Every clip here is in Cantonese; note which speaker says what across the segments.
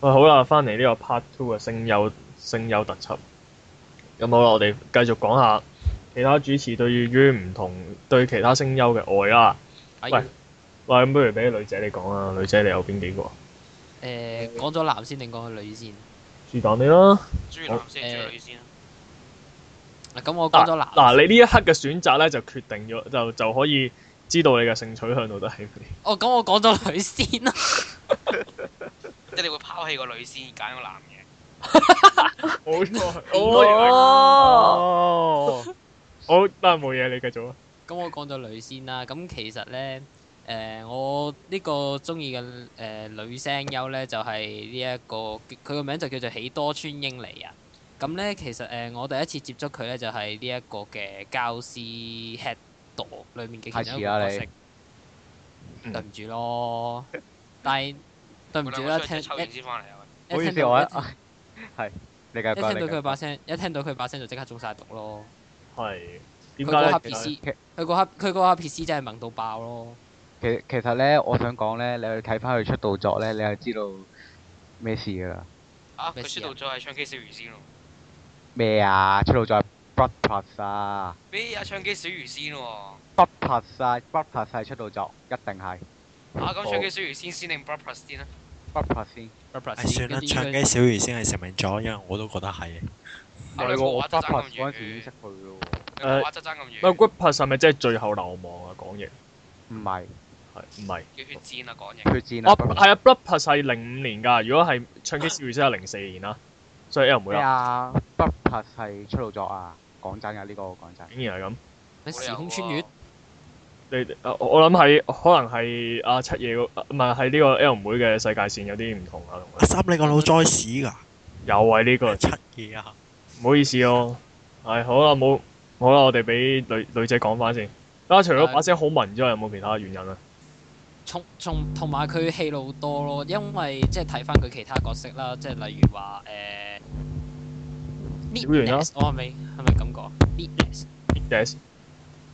Speaker 1: 喂，啊好啦，翻嚟呢個 part two 嘅聲優聲優特輯。咁好啦，我哋繼續講下其他主持對於唔同對其他聲優嘅愛啦。
Speaker 2: 哎
Speaker 1: 喂喂，咁不如俾女仔你講啦，女仔你有邊幾個啊？
Speaker 2: 誒講咗男先定講女先？
Speaker 1: 是但你啦。
Speaker 3: 豬男先，豬女先。
Speaker 2: 嗱，咁我講咗
Speaker 1: 嗱
Speaker 2: 男。
Speaker 1: 嗱，你呢一刻嘅選擇咧就決定咗，就就可以知道你嘅性取向到底係咩。
Speaker 2: 哦，咁我講咗女先啦。
Speaker 3: 即係你會拋棄個女先，揀個男嘅。
Speaker 1: 冇錯。
Speaker 4: 哦，
Speaker 1: 哦。好，得冇嘢，你繼續啊。
Speaker 2: 咁我講咗女先啦。咁其實咧，誒、我呢個中意嘅誒女聲優咧，就係呢一個佢個名就叫做喜多川英梨啊。咁咧，其實誒、我第一次接觸佢咧，就係呢一個嘅教師 head 度裏面嘅其中一個角色。
Speaker 1: 嗯
Speaker 2: 對唔住咯，但係對唔
Speaker 3: 我
Speaker 2: 住
Speaker 3: 兩
Speaker 2: 啦，
Speaker 3: 個出
Speaker 2: 聽
Speaker 3: 去抽完
Speaker 2: 一
Speaker 3: 先翻嚟啊！
Speaker 2: 一
Speaker 3: 喂
Speaker 4: 好意
Speaker 2: 聽
Speaker 4: 思，
Speaker 2: 到
Speaker 4: 我
Speaker 2: 一聽
Speaker 4: 係你繼續
Speaker 2: 一聽到
Speaker 4: 講，
Speaker 2: 佢把聲，一聽到佢把聲就即刻中晒毒咯。
Speaker 1: 係。
Speaker 2: 佢
Speaker 1: 點解
Speaker 2: 嗰
Speaker 1: 咧
Speaker 2: 下？
Speaker 1: 其實
Speaker 2: PC，佢嗰下佢嗰下 PC 真係萌到爆咯。
Speaker 4: 其其實咧，我想講咧，你去睇翻佢出道作咧，你就知道咩事噶啦。
Speaker 3: 啊，
Speaker 2: 咩
Speaker 3: 佢
Speaker 2: 事
Speaker 3: 出
Speaker 2: 啊
Speaker 3: 道咗係唱 K 小魚仙喎。
Speaker 4: 咩啊？出道作係 b u t p l u s 啊
Speaker 3: 咩啊？唱 K 小魚仙喎。啊，
Speaker 4: b u t p l u s 啊 b u t p l u s 係出道作，一定係 b
Speaker 3: 咁
Speaker 4: 好
Speaker 3: 唱 K 小魚仙先定 Blood Plus 先啊？
Speaker 4: u t p l u s 先。
Speaker 5: 唉，算啦
Speaker 2: 跟，住
Speaker 5: 唱
Speaker 2: 佢
Speaker 5: 機小魚先係成名咗，因為我都覺得係。
Speaker 4: 唔係喎，我 b u t p l u s 嗰陣時已經識佢咯喎。
Speaker 3: 佢話真爭咁
Speaker 1: 喂
Speaker 3: 遠，
Speaker 1: ，Good Pass 係咪即係最後流亡啊？講嘢
Speaker 4: 唔係，
Speaker 1: 係唔係？
Speaker 3: 叫血戰啊！講嘢。
Speaker 4: 佢戰
Speaker 1: 哦，
Speaker 4: 啊
Speaker 1: 係啊，Blood Plus 係零五年㗎。如果係唱 K 小魚星係零四年啦，所以 L 唔會
Speaker 4: 咩
Speaker 1: 啦。
Speaker 4: 啊 b u t p l u s 係出道作啊！講真啊，呢個講真。
Speaker 1: 竟然係咁，
Speaker 2: 咩
Speaker 3: 冇理
Speaker 2: 時
Speaker 3: 由
Speaker 2: 空穿越
Speaker 3: 喎？
Speaker 1: 你我我諗係可能係阿七爺嗰唔係係呢個 L 妹嘅世界線有啲唔同啊。同
Speaker 5: 阿
Speaker 1: 佢
Speaker 5: 三，你個腦災 屎㗎？
Speaker 1: 有啊呢個，
Speaker 5: 七嘢啊！
Speaker 1: 唔好意思哦。係好啦，冇好啦，我哋俾女女仔講翻先。啊，除咗把聲好聞之外，有冇其他原因啊？
Speaker 2: 同同同埋佢戲路多咯，因為即係睇翻佢其他角色啦，即係例如話誒
Speaker 1: 小圓啦
Speaker 2: Neatness，我係哦咪係咪咁講？Neatness
Speaker 1: Yes，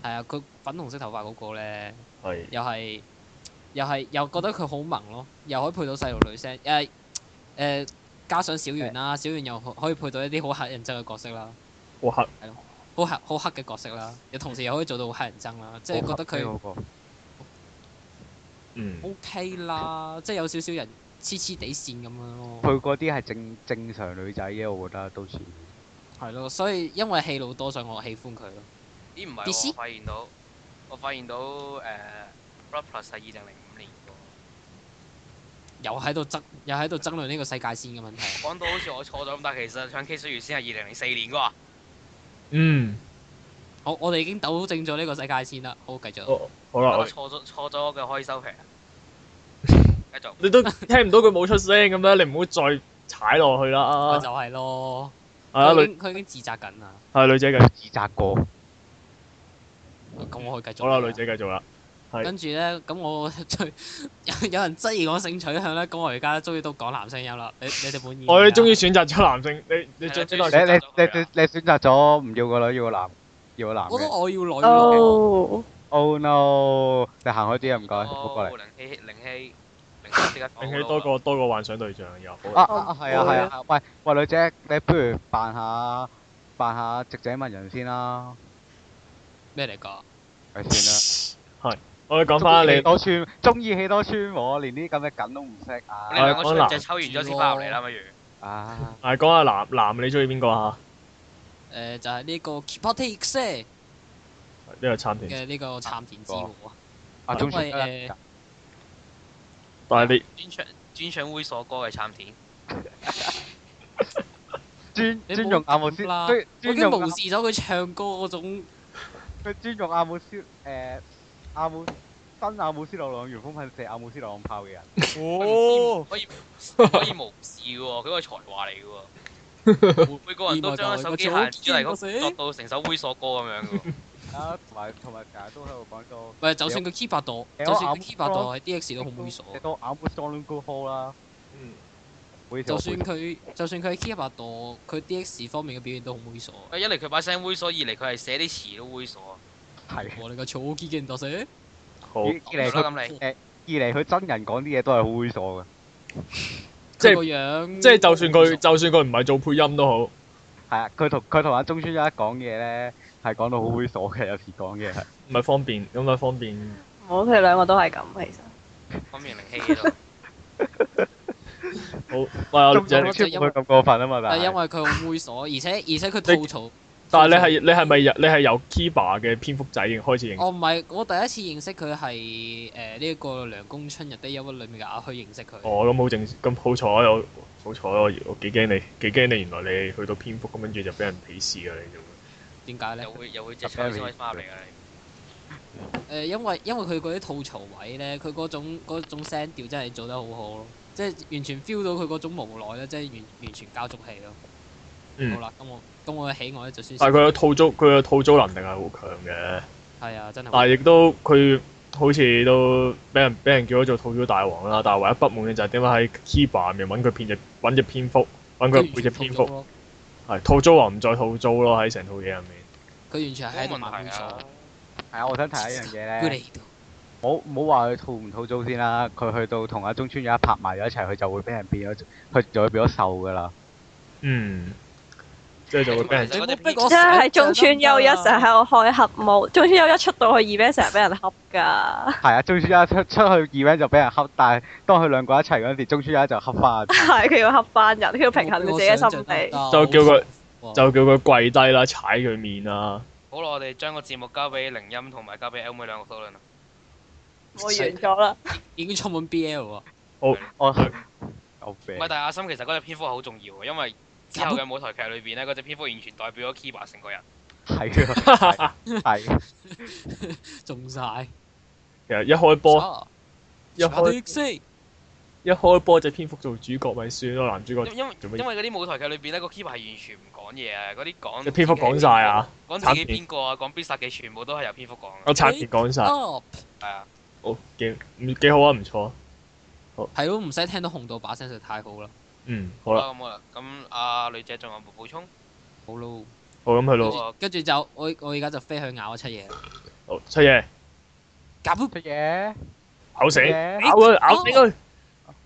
Speaker 2: 係啊，佢粉紅色頭髮嗰個咧，
Speaker 1: 係
Speaker 2: 又係又係又覺得佢好萌咯，又可以配到細路女聲誒誒，加上小圓啦，小圓又可可以配到一啲好乞人憎嘅角色啦，
Speaker 1: 哇黑
Speaker 2: 好黑好黑嘅角色啦，又同時又可以做到好乞人憎啦，即係覺得佢。
Speaker 4: 好黑色嗰個
Speaker 1: 嗯
Speaker 2: O K 啦，即係有少少人黐黐地線咁樣咯，
Speaker 4: 佢嗰啲係正正常女仔嘅，我覺得都算。
Speaker 2: 係咯，所以因為戲路多，所以我喜歡佢咯。
Speaker 3: 咦，唔係
Speaker 2: DC
Speaker 3: 喎我發現到，我發現到誒 Blood Plus 係二零零五年喎。
Speaker 2: 又喺度爭，又喺度爭論呢個世界線嘅問題。
Speaker 3: 講到好似我錯咗咁，但其實唱 K 小魚仙係二零零四年
Speaker 1: 啊
Speaker 3: 㗎。
Speaker 1: 嗯，
Speaker 2: 好，我哋已經糾正咗呢個世界線啦。好，繼續。
Speaker 1: 好好啦，
Speaker 3: 我
Speaker 1: 我
Speaker 3: 錯咗錯咗嘅可以收 皮啊。繼續。
Speaker 1: 你 都聽唔到佢冇出聲咁樣，你唔好再踩落去啦。
Speaker 2: 我
Speaker 1: 啊
Speaker 2: 就係咯，
Speaker 1: 係啊，
Speaker 2: 佢已
Speaker 1: 女
Speaker 2: 經佢已經自責緊啦。
Speaker 1: 係女仔繼續。
Speaker 4: 自責過，
Speaker 2: 咁我可以繼續。
Speaker 1: 好啦，女。仔繼續啊啦。係
Speaker 2: 跟住咧，咁我 最有有人質疑我性取向咧，咁我而家終於都講男聲音啦。你你哋滿意未啊？
Speaker 1: 我哋終於選擇咗男性，你你
Speaker 3: 係啦
Speaker 1: 最終
Speaker 3: 終
Speaker 1: 都
Speaker 3: 於
Speaker 4: 你
Speaker 1: 係
Speaker 3: 選
Speaker 4: 你你你你選擇咗唔要個女，要個男，要個男
Speaker 2: 我都
Speaker 4: 嘅。
Speaker 2: 我要女咯。
Speaker 4: 哦 Oh no！你行開啲啊，唔該，唔好過嚟
Speaker 3: 哦。靈氣靈氣靈氣即刻
Speaker 1: 令起
Speaker 3: 啊
Speaker 1: 多個多個幻想對象又好
Speaker 4: 啊
Speaker 1: 啦。
Speaker 4: 啊，係啊係啊，係啊喂喂，女姐，你不如扮下扮下直仔文人先啦，
Speaker 2: 咩嚟㗎？
Speaker 4: 係算
Speaker 1: 我哋講
Speaker 4: 啦。
Speaker 1: 翻
Speaker 4: 中意
Speaker 1: 你
Speaker 4: 喜，多川，中意喜多川我，連啲咁嘅梗都唔識啊
Speaker 3: 你！兩個
Speaker 1: 我係
Speaker 3: 出
Speaker 1: 講
Speaker 3: 就抽完咗先翻入嚟啦，不如。
Speaker 4: 啊，
Speaker 1: 係講下男男你中意邊個啊？
Speaker 2: 誒，就係呢個 Keep t a k e
Speaker 1: 呢個參田，
Speaker 2: 嘅呢個杉田之和
Speaker 1: 哦
Speaker 2: 啊。
Speaker 4: 啊
Speaker 1: 因
Speaker 4: 中村
Speaker 2: 為誒
Speaker 1: 但係
Speaker 3: 專唱專唱猥瑣歌嘅參田，
Speaker 4: 尊
Speaker 2: 你冇
Speaker 4: 尊重阿姆斯，
Speaker 2: 咁啦
Speaker 4: 尊
Speaker 2: 我已
Speaker 4: 尊
Speaker 2: 經
Speaker 4: 重
Speaker 2: 無
Speaker 4: 阿
Speaker 2: 視咗佢唱歌嗰種，
Speaker 4: 佢尊重阿姆斯誒阿姆新阿姆斯朗朗原風噴射阿姆斯朗朗炮嘅人。
Speaker 3: 哦，可以可以無視喎，佢個才華嚟嘅喎。每個人都將手機行出嚟咁作到成首猥瑣歌咁樣嘅喎。
Speaker 4: 啊，同埋同埋成日都喺度講到，
Speaker 2: 唔係就算佢 keep 百度，
Speaker 4: 你
Speaker 2: 就
Speaker 4: 有
Speaker 2: 算佢
Speaker 4: 眼
Speaker 2: keep 百度喺 DX 都好猥
Speaker 4: 你
Speaker 2: 瑣。啊
Speaker 4: 都阿姆斯朗朗高 call 啦，
Speaker 1: 嗯
Speaker 4: 唔好意思，
Speaker 2: 就
Speaker 4: 我
Speaker 2: 算
Speaker 4: 背
Speaker 2: 佢就算佢喺 keep 百度，佢 DX 方面嘅表現都好猥瑣。啊
Speaker 3: 一嚟佢把聲猥瑣，二嚟佢係寫啲詞都猥瑣。
Speaker 4: 係
Speaker 2: 我哋個草基嘅唔多死，
Speaker 1: 好
Speaker 4: 二二嚟
Speaker 3: 好啦，
Speaker 4: 佢
Speaker 3: 咁你
Speaker 4: 二嚟佢真人講啲嘢都係好猥瑣嘅。
Speaker 1: 即係
Speaker 2: 佢個樣，
Speaker 1: 即係就算佢就算佢唔係做配音都好，
Speaker 4: 係啊，佢同佢同阿中村一講嘢咧，係講到好猥瑣嘅，有時講 嘢係。
Speaker 1: 咪方便咁咪方便。
Speaker 6: 我佢哋兩個都係咁，其實。
Speaker 3: 方面靈氣咯。
Speaker 1: 好，喂阿六
Speaker 4: 中
Speaker 1: 姐
Speaker 4: 村
Speaker 2: 就，
Speaker 4: 唔會咁過分啊嘛，但
Speaker 2: 係因
Speaker 4: 係
Speaker 2: 為佢好猥瑣，而且而且佢吐槽。
Speaker 1: 但係你係你係咪由你係由 Kiba 嘅蝙蝠仔已經開始認識？
Speaker 2: 哦我唔係，我第一次認識佢係誒呢一個《涼宮春日的憂鬱》裏面嘅阿虛認識佢。
Speaker 1: 哦，咁好正，咁好彩我好彩我我幾驚你幾驚你，原來你去到蝙蝠咁跟住就俾人鄙視啊！你就會
Speaker 2: 點解咧
Speaker 3: 又？會又會隻菜先可以翻入嚟㗎你。
Speaker 2: 誒、因為因為佢嗰啲吐槽位咧，佢嗰種嗰種聲調真係做得好好咯，即係完全 feel 到佢嗰種無奈咧，即係完完全交足氣咯。
Speaker 1: 嗯
Speaker 2: 好啦，咁我咁我嘅喜愛咧就算
Speaker 1: 但係佢嘅套租佢嘅套租能力係好強嘅，
Speaker 2: 係啊，真係
Speaker 1: 但
Speaker 2: 好。
Speaker 1: 係亦都佢好似都俾人俾人叫咗做套租大王啦。但係唯一不滿嘅就係點解喺 Kiba 入面揾佢變隻揾隻蝙蝠，揾佢配隻蝙蝠，
Speaker 2: 咯，
Speaker 1: 係套租啊唔再套租咯喺成套嘢入面。
Speaker 2: 佢完全係喺度
Speaker 3: 冇
Speaker 2: 慢
Speaker 3: 問
Speaker 2: 猥
Speaker 3: 題
Speaker 2: 瑣
Speaker 3: 啊。。
Speaker 4: 係啊，我想提一樣嘢
Speaker 2: 佢
Speaker 4: 咧，
Speaker 2: 嚟
Speaker 4: 冇冇話佢吐唔吐糟先啦，佢去到同阿中村一拍埋咗一齊，佢就會俾人變咗，佢就會變咗瘦噶啦。
Speaker 1: 嗯，即係就會俾人
Speaker 3: 其實
Speaker 2: 你
Speaker 3: 嗰
Speaker 2: 唔
Speaker 3: 啲
Speaker 2: 好逼
Speaker 3: 片
Speaker 2: 我
Speaker 6: 即係
Speaker 2: 想像
Speaker 6: 中村優一
Speaker 2: 得唔得
Speaker 6: 成
Speaker 2: 啊
Speaker 6: 日喺度開黑幕，中村優一出到去 event 成日俾人恰㗎，
Speaker 4: 係啊，中村一出出去 event 就俾人恰，但係當佢兩個一齊嗰陣時，中村一就恰翻。
Speaker 6: 係佢要恰翻人，佢要平衡佢自己嘅心理。
Speaker 1: 就叫佢
Speaker 2: 佢
Speaker 1: 就叫佢跪低啦，踩佢面啊啦。
Speaker 3: 好啦，我哋將個節目交俾靈音同埋交俾 L 妹兩個討論啦。
Speaker 6: 我完咗啦，
Speaker 2: 已經充滿 BL 喎。
Speaker 4: 我我
Speaker 3: 唔
Speaker 4: 病
Speaker 3: 係，但係阿森其實嗰隻蝙蝠係好重要嘅，因為之後嘅舞台劇裏邊咧，嗰隻蝙蝠完全代表咗 Kiba 成個人。
Speaker 4: 係啊，係
Speaker 2: 中晒。
Speaker 1: 其實一開波一
Speaker 2: 查
Speaker 1: 開
Speaker 2: 的色
Speaker 1: 一開波隻蝙蝠做主角咪算咯，男主角
Speaker 3: 因因為
Speaker 1: 做咩
Speaker 3: 因為嗰啲舞台劇裏邊咧，個 Kiba 係完全唔講嘢啊，嗰啲講
Speaker 1: 隻蝙蝠講晒啊，
Speaker 3: 講自己邊個啊，講必殺技全部都係由蝙蝠講
Speaker 1: 我
Speaker 3: 嘅，
Speaker 1: 拆電講晒，
Speaker 2: up
Speaker 3: 係啊，
Speaker 1: 好幾唔幾好啊，唔錯，
Speaker 2: 係咯，唔使聽到紅到把聲就太好啦。
Speaker 1: 嗯，好
Speaker 3: 好
Speaker 1: 啦，
Speaker 3: 啦咁好啦，咁阿女姐仲有冇補充？
Speaker 2: 好咯，
Speaker 1: 好咁去
Speaker 3: 好
Speaker 1: 到
Speaker 3: 啊
Speaker 2: 跟住就我我而家就飛去咬一出嘢啦。
Speaker 1: 好七爺
Speaker 2: 夾ปุ๊
Speaker 4: 出嘢，
Speaker 1: 咬
Speaker 4: 出
Speaker 1: 死，咬
Speaker 4: 嘢，
Speaker 1: 佢咬死佢，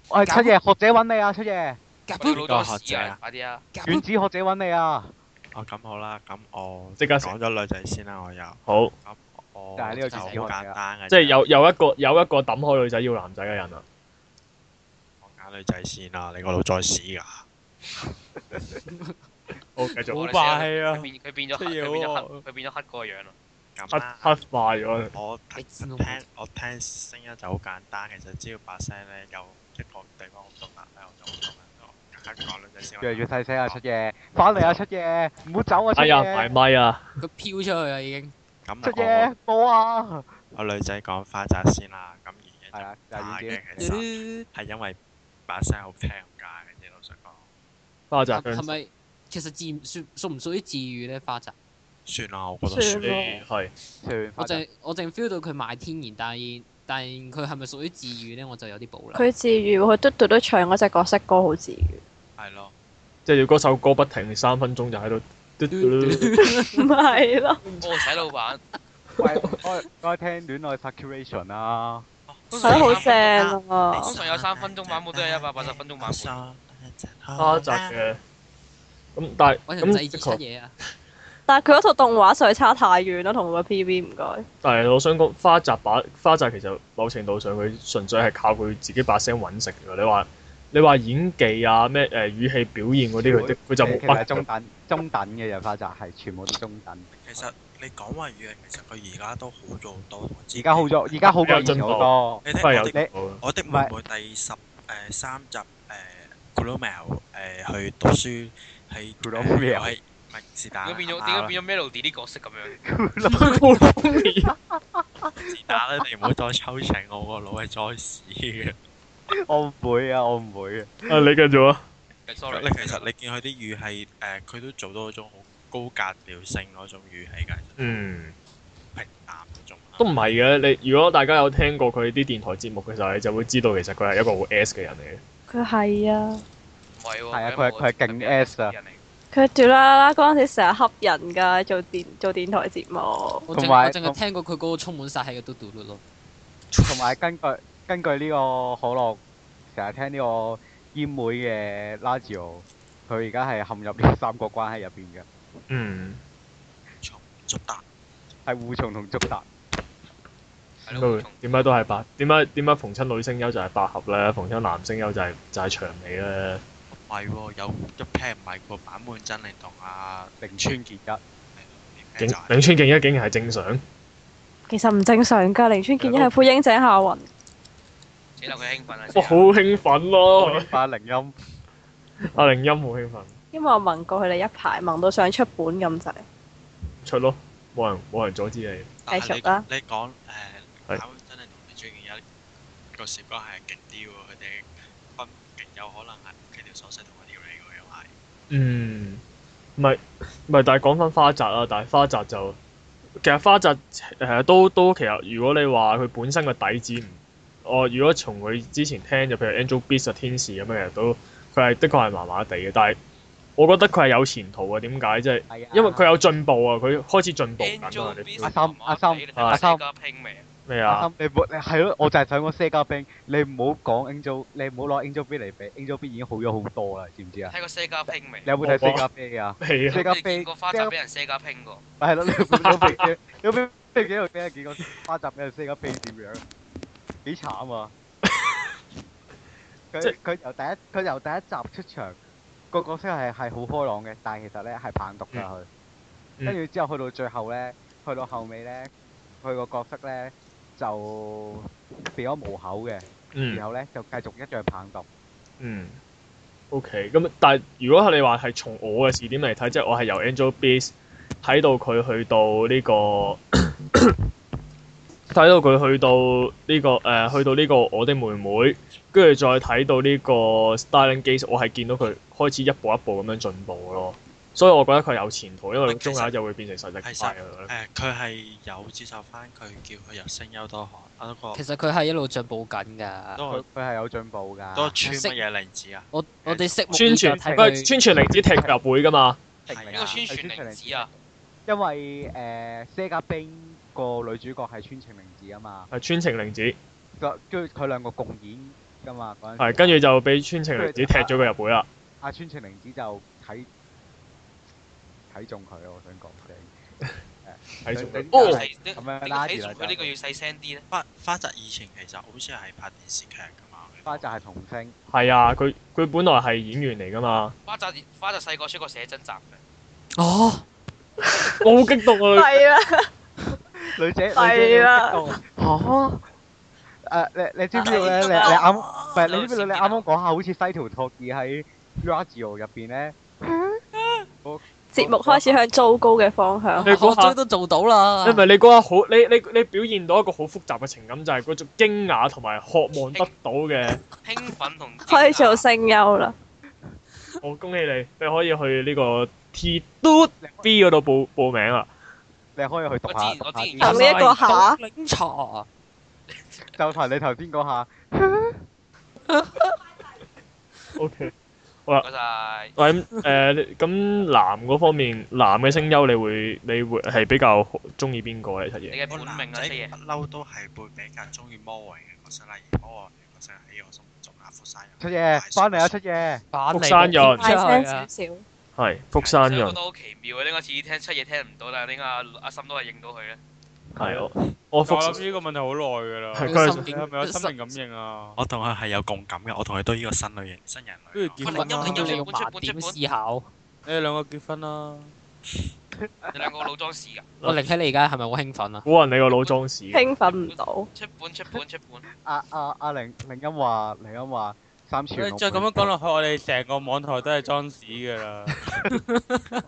Speaker 4: 我係出嘢，學者揾你啊，出嘢，
Speaker 2: 夾
Speaker 3: 我哋
Speaker 2: ปุ๊
Speaker 3: 老咗屎啊，快啲啊！
Speaker 2: 夾
Speaker 4: 丸
Speaker 2: ปุ๊
Speaker 4: 子學者揾你啊，
Speaker 5: 哦，咁好啦，咁我
Speaker 1: 即刻食
Speaker 5: 講咗女仔先啦，我又
Speaker 1: 好，
Speaker 5: 咁我
Speaker 4: 但係呢個
Speaker 5: 就
Speaker 4: 字
Speaker 5: 好
Speaker 4: 只可以
Speaker 5: 簡單嘅啫，
Speaker 1: 即係有有一個有一個抌開女仔要男仔嘅人啊啦，
Speaker 5: 我揀女仔先啦，你個腦再屎㗎，
Speaker 1: 好繼
Speaker 5: 好
Speaker 1: 續
Speaker 5: 霸氣啊
Speaker 3: 佢變佢變咗黑，
Speaker 5: 出嘢
Speaker 3: 佢變咗
Speaker 5: 喎
Speaker 3: 黑，佢變咗黑嗰個樣啦。
Speaker 1: 黑
Speaker 5: 咁啦。
Speaker 1: 黑化咗，
Speaker 5: 我
Speaker 2: 你知我
Speaker 5: 聽我聽聲音就好簡單，其實只要把聲咧有一個地方好獨立咧，我就好獨立咯。我講兩隻先。
Speaker 4: 越嚟越細聲 啊，出嘢，翻嚟啊，出嘢，唔好走啊，出
Speaker 1: 哎呀埋
Speaker 4: 嘢，
Speaker 1: 咪啊，
Speaker 2: 佢飄出去啦已經。
Speaker 4: 出
Speaker 5: 咁
Speaker 4: 嘢，冇啊，
Speaker 5: 我我女仔講花澤先啦，咁
Speaker 4: 係
Speaker 5: 而
Speaker 4: 啦，就
Speaker 5: 家
Speaker 4: 係丸
Speaker 5: 打
Speaker 4: 子
Speaker 5: 嘅。其實係因為把聲好聽㗎嘅啫，老實講。
Speaker 1: 花澤
Speaker 2: 係
Speaker 1: 香
Speaker 2: 咪其實自屬屬唔屬於自愈咧？花澤，
Speaker 5: 算啦，我覺得算
Speaker 6: 算咯
Speaker 5: 啦。
Speaker 1: 誒係
Speaker 4: 算
Speaker 2: 我淨我淨 feel 到佢賣天然，但係但係佢係咪屬於自愈咧？我就有啲保留。
Speaker 6: 佢自愈，佢嘟嘟嘟唱嗰只角色歌好自愈，
Speaker 5: 係咯，
Speaker 1: 即係要嗰首歌不停三分鐘就喺度嘟嘟嘟嘟，
Speaker 6: 唔係 咯，
Speaker 3: 我洗老闆，
Speaker 4: 喂，我我聽戀愛 saturation 啊啦，
Speaker 5: 哦
Speaker 3: 通
Speaker 6: 係
Speaker 3: 常
Speaker 6: 咯，好
Speaker 3: 有三
Speaker 6: 正啊！
Speaker 3: 通常哦有三分鐘版本都有180分鐘版
Speaker 5: 本
Speaker 1: 花澤嘅，咁但係
Speaker 2: 我就唔
Speaker 1: 咁
Speaker 2: 制止
Speaker 1: 的
Speaker 2: 出
Speaker 1: 確。
Speaker 2: 嘢啊！
Speaker 6: 但係佢嗰套動畫實在差太遠啦，同佢個 PV 唔該。
Speaker 1: 但係我想講花澤把花澤其實某程度上佢純粹係靠佢自己把聲揾食㗎。你話你話演技啊咩誒、語氣表現嗰啲佢的佢就冇
Speaker 4: 其實係
Speaker 1: 乜
Speaker 4: 中等中等嘅人花澤係全部都中等，
Speaker 5: 其實你講話語氣，其實佢而家都好咗好多。同之
Speaker 4: 而家好咗，而家好過以前好多，
Speaker 5: 你
Speaker 1: 都
Speaker 5: 聽
Speaker 1: 係
Speaker 5: 我
Speaker 1: 有
Speaker 5: 哋
Speaker 1: 進步嘅。
Speaker 5: 我的妹妹第十誒、呃三集誒 g r o m a l 誒去讀書係
Speaker 4: Glomel
Speaker 5: 係唔係是但
Speaker 3: 點解
Speaker 5: 啦
Speaker 3: 變咗
Speaker 5: 啱
Speaker 3: 點解
Speaker 5: 啦
Speaker 3: 變咗 Melody 啲角色咁 樣？
Speaker 1: 啊
Speaker 5: 是但啦，你唔好再抽情我個腦係災屎嘅。
Speaker 4: 我唔會啊，我唔會啊，
Speaker 1: 啊，你繼續啊！
Speaker 3: Sorry，
Speaker 5: 你其實你見佢啲語氣誒，呃佢、都做到嗰種好高格調性嗰種語氣㗎，
Speaker 1: 嗯，
Speaker 5: 平淡嗰種。
Speaker 1: 都唔係嘅。你如果大家有聽過佢啲電台節目嘅時候，你就會知道其實佢係一個好 S 嘅人嚟嘅。
Speaker 6: 佢係啊，
Speaker 3: 唔係喎，
Speaker 4: 係啊佢係佢係勁 S 啊
Speaker 3: 人嚟嘅
Speaker 6: 佢屌啦啦嗰陣時成日恰人㗎，做電做電台節目。
Speaker 2: 我淨
Speaker 4: 同
Speaker 2: 我
Speaker 4: 埋
Speaker 2: 淨係聽過佢嗰個充滿殺氣嘅嘟嘟嘟咯。
Speaker 4: 同埋根據根據呢個可樂成日聽呢個煙妹嘅 Lazio，佢而家係陷入呢三角關係入邊嘅，
Speaker 1: 嗯，
Speaker 5: 重足達
Speaker 4: 係互重同足達。
Speaker 3: 係咯，
Speaker 1: 都
Speaker 3: 從
Speaker 1: 點解都係白？點解點解逢親女聲優就係百合咧，逢親男聲優就係就係長尾咧？
Speaker 5: 唔係喎，有一 pair 唔係個版本真係同阿
Speaker 4: 零村結一，
Speaker 1: 景
Speaker 5: 係就係
Speaker 1: 永川勁一竟然係正常，
Speaker 6: 其實唔正常㗎，凌川健一係配英井夏雲，
Speaker 3: 死啦！佢興奮啊！死
Speaker 1: 哇！
Speaker 3: 啦
Speaker 1: 好興奮 咯，
Speaker 4: 八零音
Speaker 1: 阿玲音好興奮，
Speaker 6: 因為我問過佢哋一排，問到想出本咁滯。
Speaker 1: 出咯，冇人冇人阻止你。
Speaker 5: 但係
Speaker 6: 繼
Speaker 5: 你
Speaker 6: 續
Speaker 2: 啊
Speaker 6: 啦
Speaker 5: 你講誒，
Speaker 1: 係
Speaker 5: 考真係同你最近一個時光係勁啲喎，佢哋分勁有可能係屋企條鎖匙同我條你喎，又係
Speaker 1: 嗯，唔係唔係，但係講翻花澤啊，但係花澤就其實花澤誒、呃都都其實如果你話佢本身個底子唔，我、如果從佢之前聽就譬如 Angel Beats 啊天使咁樣，其實都佢係的確係麻麻地嘅，但係我覺得佢係有前途嘅，點解即係
Speaker 4: 係啊，
Speaker 1: 因為佢有進步啊，佢開始進步緊啊
Speaker 3: Angel
Speaker 1: 你
Speaker 3: Beats
Speaker 1: 知
Speaker 4: 阿三阿三
Speaker 1: 阿
Speaker 4: 三
Speaker 3: 加拼命，
Speaker 1: 咩
Speaker 4: 阿
Speaker 1: 啊？
Speaker 4: 心你冇你係咯，我就係想講 Sega Bang，你唔好講 Angel，你唔好攞 Angel B 嚟比，Angel B 已經好咗好多啦，知唔知啊？
Speaker 3: 睇過 s 加拼命
Speaker 4: 你。有冇睇 Sega Bang 啊？
Speaker 1: 係啊，
Speaker 4: Sega
Speaker 3: 你見
Speaker 4: Bang
Speaker 3: 過花澤俾人 s 加拼過？
Speaker 4: 係 咯，你有冇俾有冇俾幾度俾人見過花集俾人 Sega Bang 點啊樣？幾慘 啊！
Speaker 1: 即
Speaker 4: 佢
Speaker 1: 係
Speaker 4: 佢由第一佢由第一集出場，個角色係係好開朗嘅，但係其實咧係棒讀㗎佢。
Speaker 1: 嗯
Speaker 4: 跟住之後去到最後咧，去到後尾咧，佢個角色咧就變咗無口嘅。
Speaker 1: 嗯
Speaker 4: 然後咧就繼續一樣棒讀。
Speaker 1: 嗯。O.K. 咁，但係如果你話係從我嘅視點嚟睇，即係我係由 Angel Beats 睇到佢去到呢、個睇到佢去到呢、個誒、呃去到呢個我的妹妹，跟住再睇到呢個 Styling Gaze，我係見到佢開始一步一步咁樣進步嘅咯。所以我覺得佢有前途，因為中下就會變成實力派
Speaker 5: 其實
Speaker 1: 嘅啦。
Speaker 5: 誒，佢係有接受翻佢叫佢由聲優多學，啊
Speaker 1: 哦
Speaker 5: 嗰
Speaker 2: 其
Speaker 5: 個
Speaker 2: 實佢係一路進步緊㗎。
Speaker 5: 多
Speaker 4: 佢佢係有進步㗎。
Speaker 5: 多村
Speaker 2: 識
Speaker 5: 乜嘢例子啊？
Speaker 2: 我我哋拭目
Speaker 1: 宣
Speaker 2: 以
Speaker 1: 傳
Speaker 2: 待睇
Speaker 1: 喂
Speaker 2: 佢。
Speaker 1: 宣傳靈子踢佢入會㗎嘛？
Speaker 5: 係
Speaker 3: 呢個
Speaker 5: 啊
Speaker 3: 宣
Speaker 4: 係
Speaker 3: 傳
Speaker 4: 宣傳
Speaker 3: 靈
Speaker 4: 靈
Speaker 3: 子啊，
Speaker 4: 因為誒、呃、Sega Bang 個女主角係川晴玲子啊嘛，
Speaker 1: 係川晴靈子，
Speaker 4: 就跟住佢兩個共演㗎嘛嗰陣時。啊
Speaker 1: 係跟住就俾川晴靈子踢咗佢入會啦。
Speaker 4: 阿川晴玲子就睇睇中佢啊咯，我想講嘅。
Speaker 1: 睇住佢
Speaker 4: 佢
Speaker 3: 哦，
Speaker 4: 就
Speaker 3: 係
Speaker 4: 咁樣啦，
Speaker 3: 睇
Speaker 4: 原
Speaker 3: 住
Speaker 4: 來
Speaker 3: 佢呢個要
Speaker 4: 就
Speaker 3: 細聲啲咧。
Speaker 5: 花花澤以前其實好似係拍電視劇㗎嘛。
Speaker 4: 花就係童星，
Speaker 1: 係啊，佢佢本來係演員嚟㗎 嘛，
Speaker 3: 花澤花澤細個出過寫真集嘅，
Speaker 2: 哦，
Speaker 1: 我好激動啊！
Speaker 6: 係啦，
Speaker 4: 女仔女仔你
Speaker 6: 係
Speaker 4: 要
Speaker 6: 啦
Speaker 4: 激動 嚇。誒、你你知唔知道咧？
Speaker 6: 啊
Speaker 4: 你你
Speaker 6: 啊
Speaker 4: 啱唔係你知唔知道
Speaker 3: 先
Speaker 4: 你
Speaker 3: 見到
Speaker 4: 啱啱講下好似西條拓爾喺 Razio 入邊咧？
Speaker 6: 節目開始向糟糕嘅方向。
Speaker 1: 你估
Speaker 2: 我
Speaker 1: 下
Speaker 2: 終於都做到啦。
Speaker 1: 你咪你嗰下好，你你你表現到一個好複雜嘅情感，就係嗰種驚訝同埋渴望得到嘅。
Speaker 3: 興奮同
Speaker 6: 可以做聲優 啦，
Speaker 1: 我恭喜你，你可以去呢個 T Do B 嗰度報報名啊！
Speaker 4: 你可以去讀
Speaker 3: 我
Speaker 4: 下
Speaker 3: 之前
Speaker 4: 讀下
Speaker 3: 我之前
Speaker 4: 啲
Speaker 6: 憑呢一個下，
Speaker 2: 檸茶，
Speaker 4: 就同你頭先講下，
Speaker 1: OK，
Speaker 3: 嗰陣
Speaker 1: 喂咁誒咁男嗰方面，男嘅聲優你會你會係比較中意邊個咧？七
Speaker 3: 你
Speaker 1: 爺
Speaker 3: 嘅
Speaker 5: 我
Speaker 3: 本命啊，
Speaker 5: 男仔
Speaker 3: 啲嘢
Speaker 5: 不。嬲都係會比較中意魔王嘅角色啦，而魔王嘅角色喺我心目中阿福山
Speaker 4: 出嘢，翻嚟啊出嘢，
Speaker 2: 反
Speaker 1: 福山人
Speaker 6: 大聲少
Speaker 2: 啊！
Speaker 6: 少。
Speaker 1: 係福山
Speaker 3: 所以
Speaker 1: 潤
Speaker 3: 我覺得，好奇妙啊！點解次次聽出嘢聽唔到，但係點解阿阿心都係應到佢咧？
Speaker 1: 係我我
Speaker 7: 我
Speaker 1: 福
Speaker 7: 諗呢個問題好耐㗎啦。
Speaker 1: 係
Speaker 7: 你
Speaker 1: 佢係
Speaker 7: 係咪有心靈感應啊？
Speaker 5: 我同佢係有共感嘅，我同佢都呢個新類型啊新人類
Speaker 7: 跟
Speaker 5: 咯
Speaker 7: 住。結
Speaker 3: 喂
Speaker 7: 婚
Speaker 3: 你
Speaker 7: 啦
Speaker 3: 有！
Speaker 2: 你用盲點思考。
Speaker 7: 你哋兩個結婚啊啦！
Speaker 3: 你兩個老裝士噶，
Speaker 2: 我玲睇你而家係咪好興奮啊？
Speaker 1: 古人你個老裝屎，
Speaker 6: 興奮唔到，
Speaker 3: 出本出本出本，
Speaker 4: 阿阿阿玲玲音話，玲音話三
Speaker 7: 你
Speaker 4: 次，
Speaker 7: 再咁樣講落去，我哋成個網台都係裝屎 㗎啦！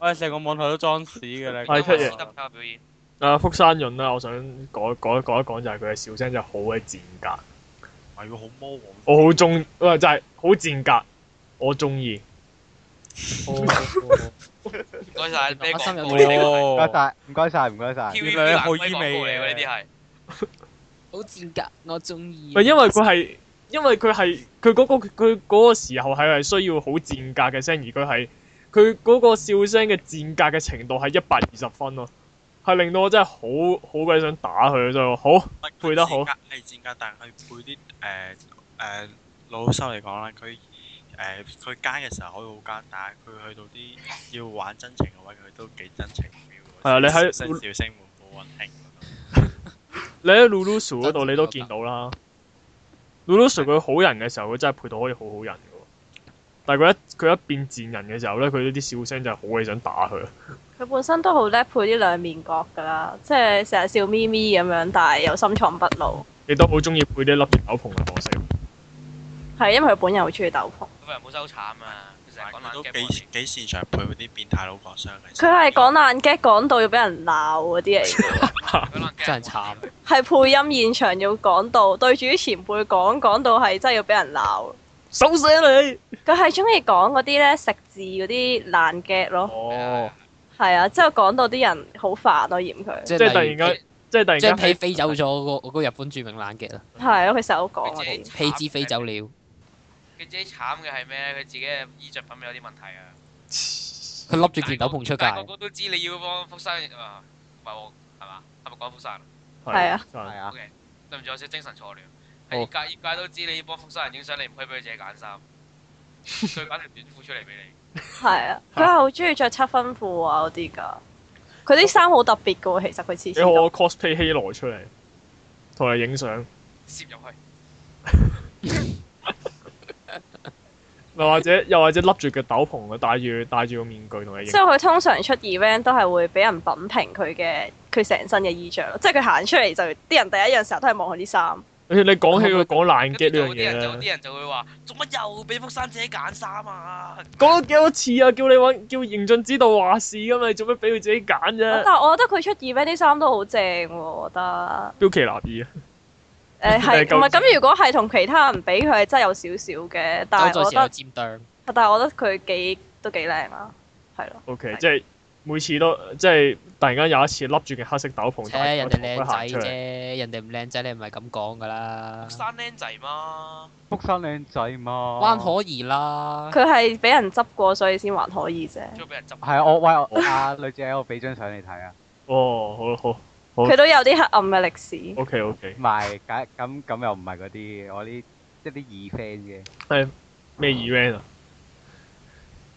Speaker 7: 我哋成個網台都裝屎㗎啦！
Speaker 1: 係出嘢
Speaker 3: 得卡表演，
Speaker 1: 啊福山潤啦，我想講講講一講就係佢嘅笑聲真係好鬼賤格。
Speaker 5: 唔係喎，好魔王。
Speaker 1: 我好中，喂，就係好賤格，我中意。
Speaker 3: 唔該晒咩廣告嚟㗎？
Speaker 4: 唔該
Speaker 7: 哦，
Speaker 4: 晒，唔該晒，唔該晒，
Speaker 3: TVB
Speaker 7: 原來你
Speaker 3: 藍
Speaker 7: 好
Speaker 3: 威
Speaker 7: 意
Speaker 3: 廣
Speaker 7: 味
Speaker 3: 告嚟㗎呢啲
Speaker 7: 嘅
Speaker 3: 係。
Speaker 2: 好賤格，我中意。
Speaker 1: 咪因為佢係，因為佢係佢嗰個佢嗰個時候係係需要好賤格嘅聲，而佢係佢嗰個笑聲嘅賤格嘅程度係一百二十分咯，係令到我真係好好鬼想打佢就好。配得好
Speaker 5: 係賤格，但係佢配啲誒誒老收嚟講啦，佢誒佢奸嘅時候可以好奸，但係佢去到啲要玩真情嘅位，佢都幾真情 feel 喎。
Speaker 1: 係啊你喺
Speaker 5: 笑聲笑聲滿滿溫馨嗰度。
Speaker 1: 你喺 Lulusu 嗰度你都見到啦。Lulusu 佢好人嘅時候，佢真係配到可以好好人嘅喎。但係佢一佢一變賤人嘅時候咧，佢呢啲笑聲就係好鬼想打佢。
Speaker 6: 佢本身都好叻配啲兩面角㗎啦，即係成日笑咪咪咁樣，但係又深藏不露，
Speaker 1: 亦都好中意配啲笠住斗篷嘅角色。
Speaker 6: 係因為佢本人好中意鬥篷。
Speaker 3: 佢份人好收慘啊！佢成日講
Speaker 5: 佢
Speaker 3: 冷
Speaker 5: 都
Speaker 3: 嘅
Speaker 5: 幾幾擅長配嗰啲變態佬講傷嘅。
Speaker 6: 佢係講爛 g 講到要俾人鬧嗰啲嚟 嘅，
Speaker 3: 佢冷
Speaker 2: 真係慘。
Speaker 6: 係配音現場要講到對住啲前輩講，講到係真係要俾人鬧。
Speaker 1: 手寫你。
Speaker 6: 佢係中意講嗰啲咧食字嗰啲爛 g 咯，
Speaker 1: 哦，
Speaker 6: 係啊，之後講到啲人好煩咯，嫌佢。
Speaker 2: 即
Speaker 1: 即係突
Speaker 2: 例
Speaker 1: 然
Speaker 2: 如
Speaker 1: 間，即係突然間
Speaker 2: 張被
Speaker 1: 喺
Speaker 2: 飛走咗我個我個日本著名冷劇啦，
Speaker 6: 係啊咯，佢成日都講
Speaker 3: 佢自
Speaker 6: 嗰
Speaker 3: 己
Speaker 6: 啲。
Speaker 2: 被子飛走了，
Speaker 3: 佢自己慘嘅係咩咧？佢自己嘅衣着品味有啲問題啊！
Speaker 2: 佢笠住件斗篷出
Speaker 3: 但係個
Speaker 2: 街，
Speaker 3: 個都知你要幫福山啊，唔係喎，係嘛？係咪講福山啊
Speaker 6: 係啊
Speaker 1: 真係
Speaker 4: 係啊，
Speaker 3: ？OK，對唔住，我少精神錯亂。
Speaker 2: 好
Speaker 3: 係業界業界都知你要幫福山人影相，你唔可以俾佢自己揀衫，佢揀條短褲出嚟俾你。
Speaker 6: 係啊，佢係好中意着七分褲啊嗰啲㗎。佢啲衫好特別㗎喎，其實佢次
Speaker 1: 你
Speaker 6: 次
Speaker 1: 可
Speaker 6: 都
Speaker 1: 我啊 cosplay 希羅出嚟，同佢影相，
Speaker 3: 攝入去，
Speaker 1: 又或者又或者笠住個斗篷，戴住戴住個面具同佢影
Speaker 6: 之。後佢通常出 event 都係會俾人品評佢嘅佢成身嘅衣着咯，即係佢行出嚟就啲人第一樣成日都係望佢啲衫，
Speaker 1: 你你講起佢講爛
Speaker 3: 跟
Speaker 1: get 呢
Speaker 3: 住
Speaker 1: 樣
Speaker 3: 有啲人就
Speaker 1: 嘢
Speaker 3: 有
Speaker 1: 咧，
Speaker 3: 啲人就會話：做乜又俾福山自己揀衫啊？
Speaker 1: 講咗幾多次啊？叫你揾叫刑進指導話事噶嘛，你做乜俾佢自己揀啫？
Speaker 6: 但係我覺得佢出 event 啲衫都好正喎，我 覺得
Speaker 1: 標奇立異啊！係
Speaker 6: 誒係
Speaker 1: 夠
Speaker 6: 唔係咁？如果係同其他人比，佢係真係有少少嘅，但係
Speaker 2: 走在
Speaker 6: 我
Speaker 2: 時
Speaker 6: 覺
Speaker 2: 候
Speaker 6: 得
Speaker 2: 尖啄，
Speaker 6: 但係我覺得佢幾都幾靚啊，係咯。
Speaker 1: O、k
Speaker 6: 係
Speaker 1: 即係每次都即係突然間有一次笠住件黑色斗篷，
Speaker 2: 切
Speaker 1: 戴
Speaker 2: 人
Speaker 1: 住
Speaker 2: 哋
Speaker 1: 個頭盔行
Speaker 2: 靚
Speaker 1: 出
Speaker 2: 仔啫，
Speaker 1: 嚟。
Speaker 2: 人哋唔靚仔你唔係咁講噶啦
Speaker 3: 福，山僆仔嘛，
Speaker 4: 福生靚仔嘛，
Speaker 2: 關可兒啦，
Speaker 6: 佢係俾人執過，所以先還可以啫。
Speaker 3: 最俾人執。
Speaker 4: 係啊我喂我啊女姐，我俾張相你睇啊。
Speaker 1: 哦，好好好
Speaker 6: 佢都有啲黑暗嘅歷史。
Speaker 1: ，O K O K，
Speaker 4: 唔係，咁咁咁又唔係嗰啲，我呢一啲二 friend 啫。
Speaker 1: 咩 event 啊？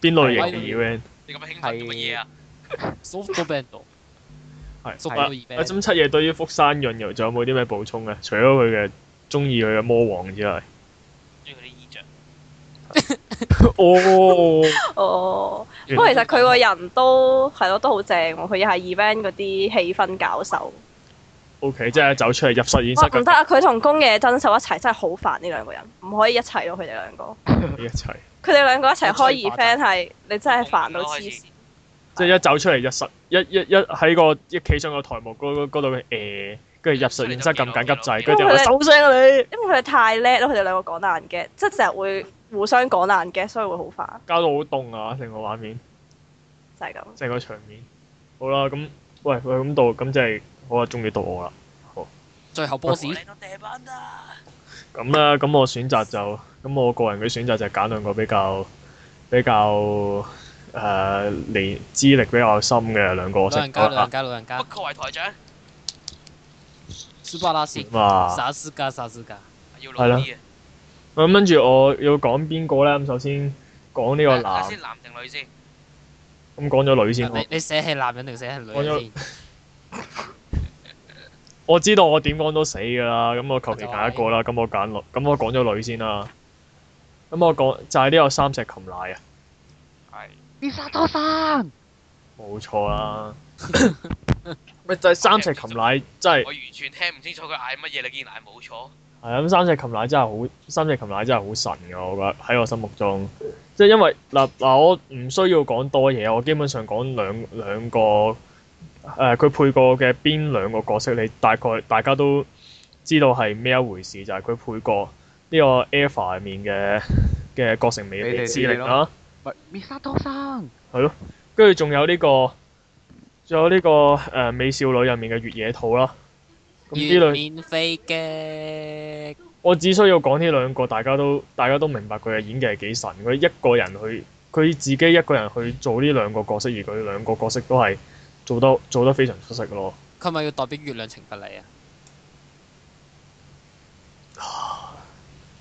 Speaker 1: 邊類型嘅
Speaker 2: 係
Speaker 1: event？
Speaker 3: 你咁興奮做乜嘢啊？
Speaker 2: 縮到俾人度，
Speaker 1: 係
Speaker 2: 縮
Speaker 4: 係
Speaker 2: 到
Speaker 1: 啊
Speaker 2: 耳
Speaker 1: 阿
Speaker 2: 俾人
Speaker 1: 針七夜對於福山潤又仲有冇啲咩補充嘅？除咗佢嘅中意佢嘅魔王之外，
Speaker 3: 中意佢啲衣着。
Speaker 1: 哦，
Speaker 6: 哦，不過其實佢個人都係咯，都好正喎。佢又係 event 嗰啲氣氛搞手。
Speaker 1: O K，即係走出嚟入實驗
Speaker 6: 哇，
Speaker 1: 室
Speaker 6: 唔得啊！佢同宮野真守一齊真係好煩呢兩個人，唔可以一齊咯。佢哋兩個，
Speaker 1: 一齊，
Speaker 6: 佢哋兩個一齊開
Speaker 2: 一齊
Speaker 6: event 係你真係煩到
Speaker 3: 我明
Speaker 6: 黐
Speaker 3: 啦開始
Speaker 6: 線。
Speaker 1: 即係一走出嚟入實一一一喺個一企上個台幕嗰嗰嗰度嘅誒，跟住入實驗室咁緊急掣，跟住就話收聲啊你，
Speaker 6: 因為佢哋太叻咯，佢哋兩個講爛 g 即係成日會互相講爛 g 所以會好煩，
Speaker 1: 搞到好凍啊！成個畫面。
Speaker 6: 就係咁。
Speaker 1: 成個場面。好啦，咁喂喂，咁到咁即係好啦，終於到我啦。
Speaker 2: 最後 boss
Speaker 3: 我靚到掟班啦！
Speaker 1: 咁咧，咁我選擇就咁，我個人嘅選擇就係揀兩個比較比較誒年、資歷比較深嘅兩個
Speaker 2: 老
Speaker 1: 角色
Speaker 2: 人家老
Speaker 1: 啦
Speaker 2: 人。家老人
Speaker 3: 不
Speaker 2: 家
Speaker 3: 愧為台長，
Speaker 2: ，super 拉斯，
Speaker 1: 哇！
Speaker 2: 沙斯加沙斯加，
Speaker 3: 要
Speaker 1: 係
Speaker 3: 老
Speaker 1: 啦
Speaker 3: 啲啊！
Speaker 1: 咁跟住我要講邊個咧？咁首先講呢個
Speaker 3: 睇下
Speaker 1: 男，
Speaker 3: 先男定女先。
Speaker 1: 咁講咗女先。
Speaker 2: 啊你你寫係男人定寫係女
Speaker 1: 我有
Speaker 2: 人先？
Speaker 1: 我知道我點講都死㗎啦，咁我求其揀一個啦，咁哦我揀女，咁我講咗女先啦。咁我講就係呢個三石琴乃啊。
Speaker 3: 係。
Speaker 4: 伊沙多生，
Speaker 1: 冇錯啦， 咪就係三石琴奶真係
Speaker 3: 我完全聽唔清楚佢嗌乜嘢，你竟然嗌冇錯。
Speaker 1: 係啊咁三石琴奶真係好，三石琴奶真係好神嘅，我覺得喺我心目中，即係因為嗱嗱，我唔需要講多嘢，我基本上講兩兩個誒，佢、配過嘅邊兩個角色，你大概大家都知道係咩一回事，就係、佢配過呢個 Alpha 入面嘅嘅國城美
Speaker 4: 美
Speaker 1: 地
Speaker 4: 地
Speaker 1: 之
Speaker 4: 之
Speaker 1: 靈
Speaker 4: 靈
Speaker 1: 啦。
Speaker 4: 喂，伊沙多生，
Speaker 1: 跟住仲有呢、個，仲有呢、個誒、呃美少女入面嘅越野兔啦。咁呢
Speaker 2: 月
Speaker 1: 兩，
Speaker 2: 面飛嘅
Speaker 1: 我只需要講呢兩個，大家都大家都明白佢嘅演技係幾神。佢一個人去，佢自己一個人去做呢兩個角色，而佢兩個角色都係做得做得非常出色咯。
Speaker 2: 佢咪要代表月亮懲罰你啊？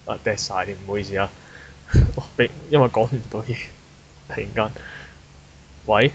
Speaker 1: 啊 d 晒你，唔好意思啊。 哇！俾因為講唔到嘢，突然間，喂，